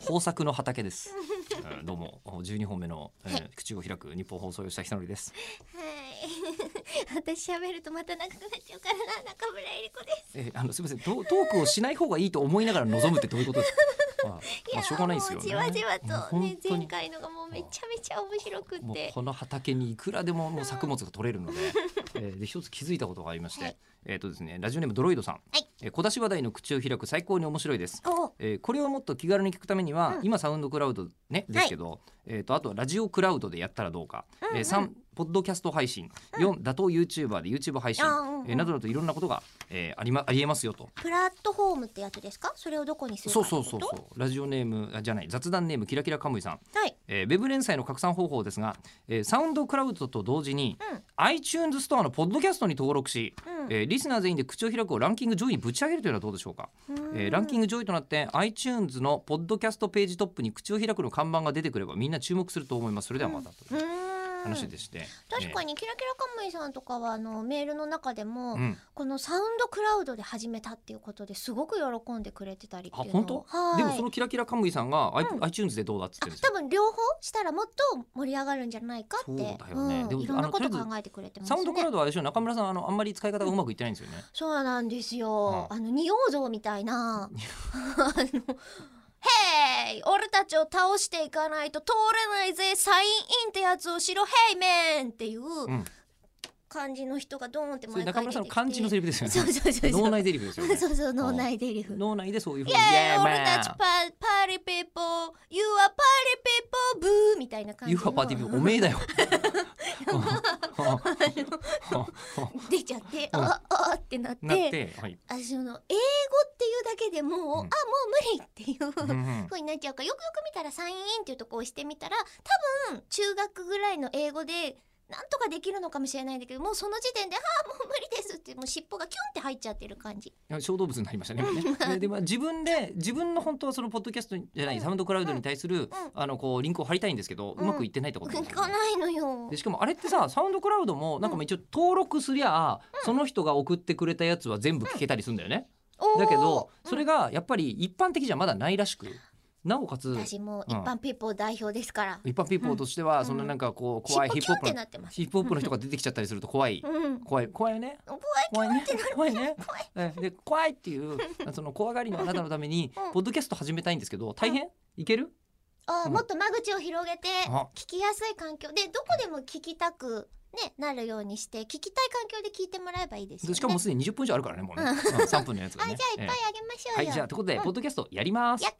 豊作の畑 です。うんどうも、12本目の、えー口を開く日本放送したひのりです。はい。 私喋るとまた長くなっちゃうからな、中村えり子です。えーあの、すみません、トートークをしない方がいいと思いながら望むってどういう ことですか。まあ、いまあやしょうがないですよね。もうじわじわともうね本、当前に回のがもうめちゃめちゃ面白くっもうて。この畑にいくらでももう作物が取れ るのでえーで一つ気づいたことがありまして、はいえっ、とですねラジオネームドロイドさん、いえー小出し話題の口を開く最高に面白いです、お、えーこれをもっと気軽に聞くためには、うん今サウンドクラウドねですけど、えーとあとはラジオクラウドでやったらどうか、うんうんえー3ポッドキャスト配信、4打倒 YouTuber で YouTube 配信、あーうんうんえーなどなどいろんなことが、えーありまありえますよと。プラットフォームってやつですか？それをどこにするかそうってこそと。うそうそうラジオネームあじゃない雑談ネームキラキラカムイさんはい。えー、ウェブ連載の拡散方法ですが、えーサウンドクラウドと同時に、うん iTunes ストアのポッドキャストに登録し、うんえーリスナー全員で口を開くをランキング上位にぶち上げるというのはどうでしょうか、うんえーランキング上位となって iTunes のポッドキャストページトップに口を開くの看板が出てくればみんな注目すると思いますそれではまたといううーん話でして、確かにキラキラカムイさんとかはあのメールの中でも、えーうんこのサウンドクラウドで始めたっていうことですごく喜んでくれてたりあっていうの本当はいでもそのキラキラカムイさんが、アイうん iTunes でどうだっつってあるんです多よ分両方したらもっと盛り上がるんじゃないかってそうだよねうんでもいろんあなのこととりあえず考えてくれてますサねウンドクラウドはあれでしょ中村さんあのあんまり使い方がうまくいってないんですよね、そうなんですよ、うあの仁王像みたい なあの「ヘイ俺たちを倒していかないと通れないぜサインインってやつをしろヘイメン!」っていううん感じの人がドーンってそれ毎中回村出さんのてきて漢字のセリフですよねそうそうそうそう脳内セリフですよねそうそう脳内デリフ脳内でそういうふうイにエーイ俺たちまパパーリーピーポー You are パーリーピーポーブーみたいなあ感じユーフのァパーティーブおめ えだよ。 出ちゃってああってなっ なってて、 はい。あその英語っていうだけでもう、あうんもう無理っていううんうん風になっちゃうからよくよく見たらサインインっていうとこ押してみたら多分中学ぐらいの英語でなんとかできるのかもしれないんだけどもうその時点で「ああもう無理です」ってもう尻尾がキュンって入っちゃってる感じ。小動物になりましたね。今ねででまあ自分で自分の本当はそのポッドキャストにじゃないサウンドクラウドに対するあのこうリンクを貼りたいんですけど、ううんまくいってないってことなんいですよかね。ないのよで。しかもあれってさサウンドクラウドもなんかまあ一応登録すりゃあその人が送ってくれたやつは全部聞けたりするんだよね。おーだけどそれがやっぱり一般的じゃまだないらしく、なおかつ私もう一般ピーポー代表ですから。一般ピーポーとしては、うんそんななんかこう怖いヒ尻尾ップホッキプのュンってなってます。ヒップホップの人が出てきちゃったりすると怖い、うん。怖い怖いよね怖い怖いね怖いねえで怖いっていうその怖がりのあなたのためにうんポッドキャスト始めたいんですけど大変いけるあーうんもっと間口を広げてあ聞きやすい環境でどこでも聞きたく、ね、なるようにして聞きたい環境で聞いてもらえばいいですよでね。しかもすでに20分以上あるからねもうね、うんうん3分のやつ あがじゃねあいっぱいあげましょうよ。はいじゃあということで、うんポッドキャストやりますやっ